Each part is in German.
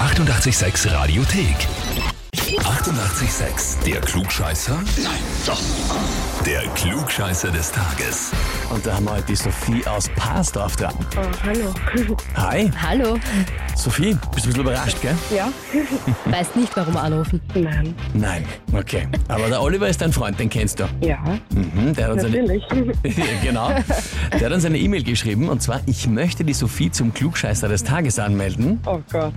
886 Radiothek. 88,6. Der Klugscheißer? Nein, doch. Der Klugscheißer des Tages. Und da haben wir heute die Sophie aus Past auf der. Hand. Oh, hallo. Hi, Hallo, Sophie, bist du ein bisschen überrascht, gell? Ja? weißt nicht, warum wir anrufen. Nein. Nein, okay. Aber der Oliver ist dein Freund, den kennst du. Ja, Mhm, der hat uns eine, natürlich. Ja, genau. Der hat uns eine E-Mail geschrieben und zwar, ich möchte die Sophie zum Klugscheißer des Tages anmelden, Oh Gott.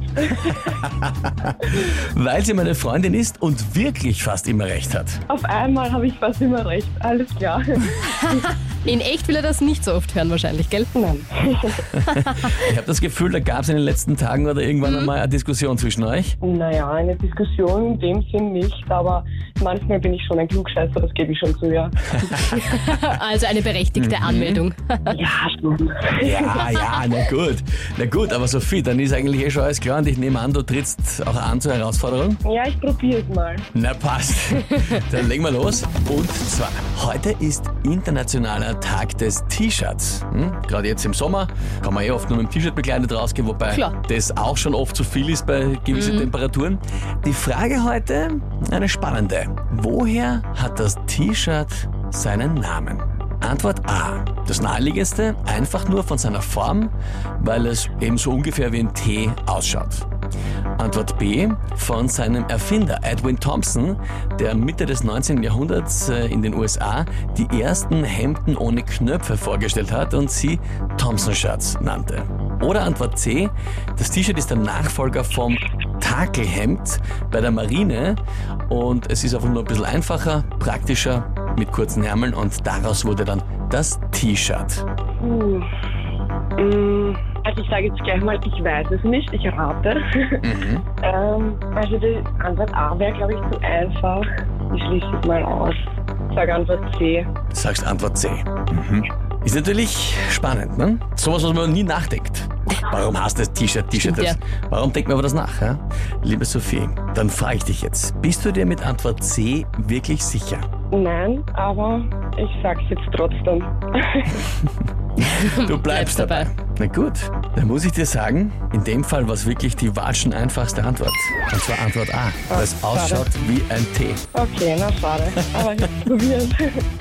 weil sie meine Freundin ist und wirklich fast immer recht hat. Auf einmal habe ich fast immer recht. Alles klar. In echt will er das nicht so oft hören wahrscheinlich, gell? Nein. Ich habe das Gefühl, da gab es in den letzten Tagen oder irgendwann einmal eine Diskussion zwischen euch. Naja, eine Diskussion in dem Sinn nicht, aber manchmal bin ich schon ein Klugscheißer, das gebe ich schon zu, ja. Also eine berechtigte Anmeldung. Ja, schon. Ja, ja, na gut. Na gut, aber Sophie, dann ist eigentlich eh schon alles klar und ich nehme an, du trittst auch an zur Herausforderung. Ja, ich probiere es mal. Na passt. Dann legen wir los. Und zwar, heute ist internationaler Tag des T-Shirts. Hm? Gerade jetzt im Sommer kann man eh oft nur mit dem T-Shirt bekleidet rausgehen, wobei Klar. das auch schon oft zu viel ist bei gewissen Temperaturen. Die Frage heute, eine spannende. Woher hat das T-Shirt seinen Namen? Antwort A. Das naheliegendste, einfach nur von seiner Form, weil es eben so ungefähr wie ein T ausschaut. Antwort B. Von seinem Erfinder Edwin Thompson, der Mitte des 19. Jahrhunderts äh, in den USA die ersten Hemden ohne Knöpfe vorgestellt hat und sie Thompson-Shirts nannte. Oder Antwort C. Das T-Shirt ist der Nachfolger vom Takelhemd bei der Marine und es ist einfach nur ein bisschen einfacher, praktischer, mit kurzen Ärmeln und daraus wurde dann das T-Shirt. Puh. Mm, Also ich sage jetzt gleich mal, ich weiß es nicht, ich rate. ähm, also die Antwort A wäre, glaube ich, zu einfach. Ich schließe es mal aus. Ich sage Antwort C. Sagst Antwort C. Ist natürlich spannend, ne? Sowas, was man nie nachdenkt. Warum hast du das T-Shirt, T-Shirt? Stimmt, das? Warum denkt man über das nach? Ja? Liebe Sophie, dann frage ich dich jetzt, bist du dir mit Antwort C wirklich sicher? Nein, aber ich sag's jetzt trotzdem. Du Hm, Bleibst dabei. Na gut, dann muss ich dir sagen, in dem Fall war es wirklich die watschen einfachste Antwort. Und zwar Antwort A, weil es ausschaut wie ein T. Okay, na schade. Aber ich probier's.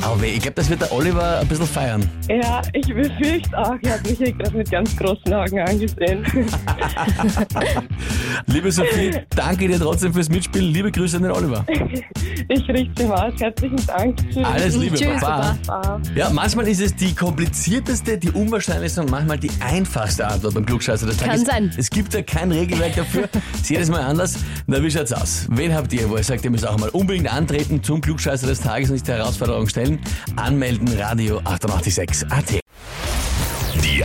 Aber ich glaube, das wird der Oliver ein bisschen feiern. Ja, ich befürchte auch, er hat mich hier gerade mit ganz großen Augen angesehen. Liebe Sophie, danke dir trotzdem fürs Mitspielen. Liebe Grüße an den Oliver. Ich richte ihm aus. Herzlichen Dank. Tschüss. Alles Liebe, Tschüss, Baba. Baba. Ah. Ja, manchmal ist es die komplizierteste, die unwahrscheinlichste und manchmal die einfachste Antwort beim Klugscheißer des Kann Tages. sein. Es gibt ja kein Regelwerk dafür. ist jedes Mal anders. Na, wie schaut's aus? Wen habt ihr, wo ihr sagt, ihr müsst auch mal unbedingt antreten zum Klugscheißer des Tages und sich der Herausforderung stellen? Anmelden, Radio 886 AT. Die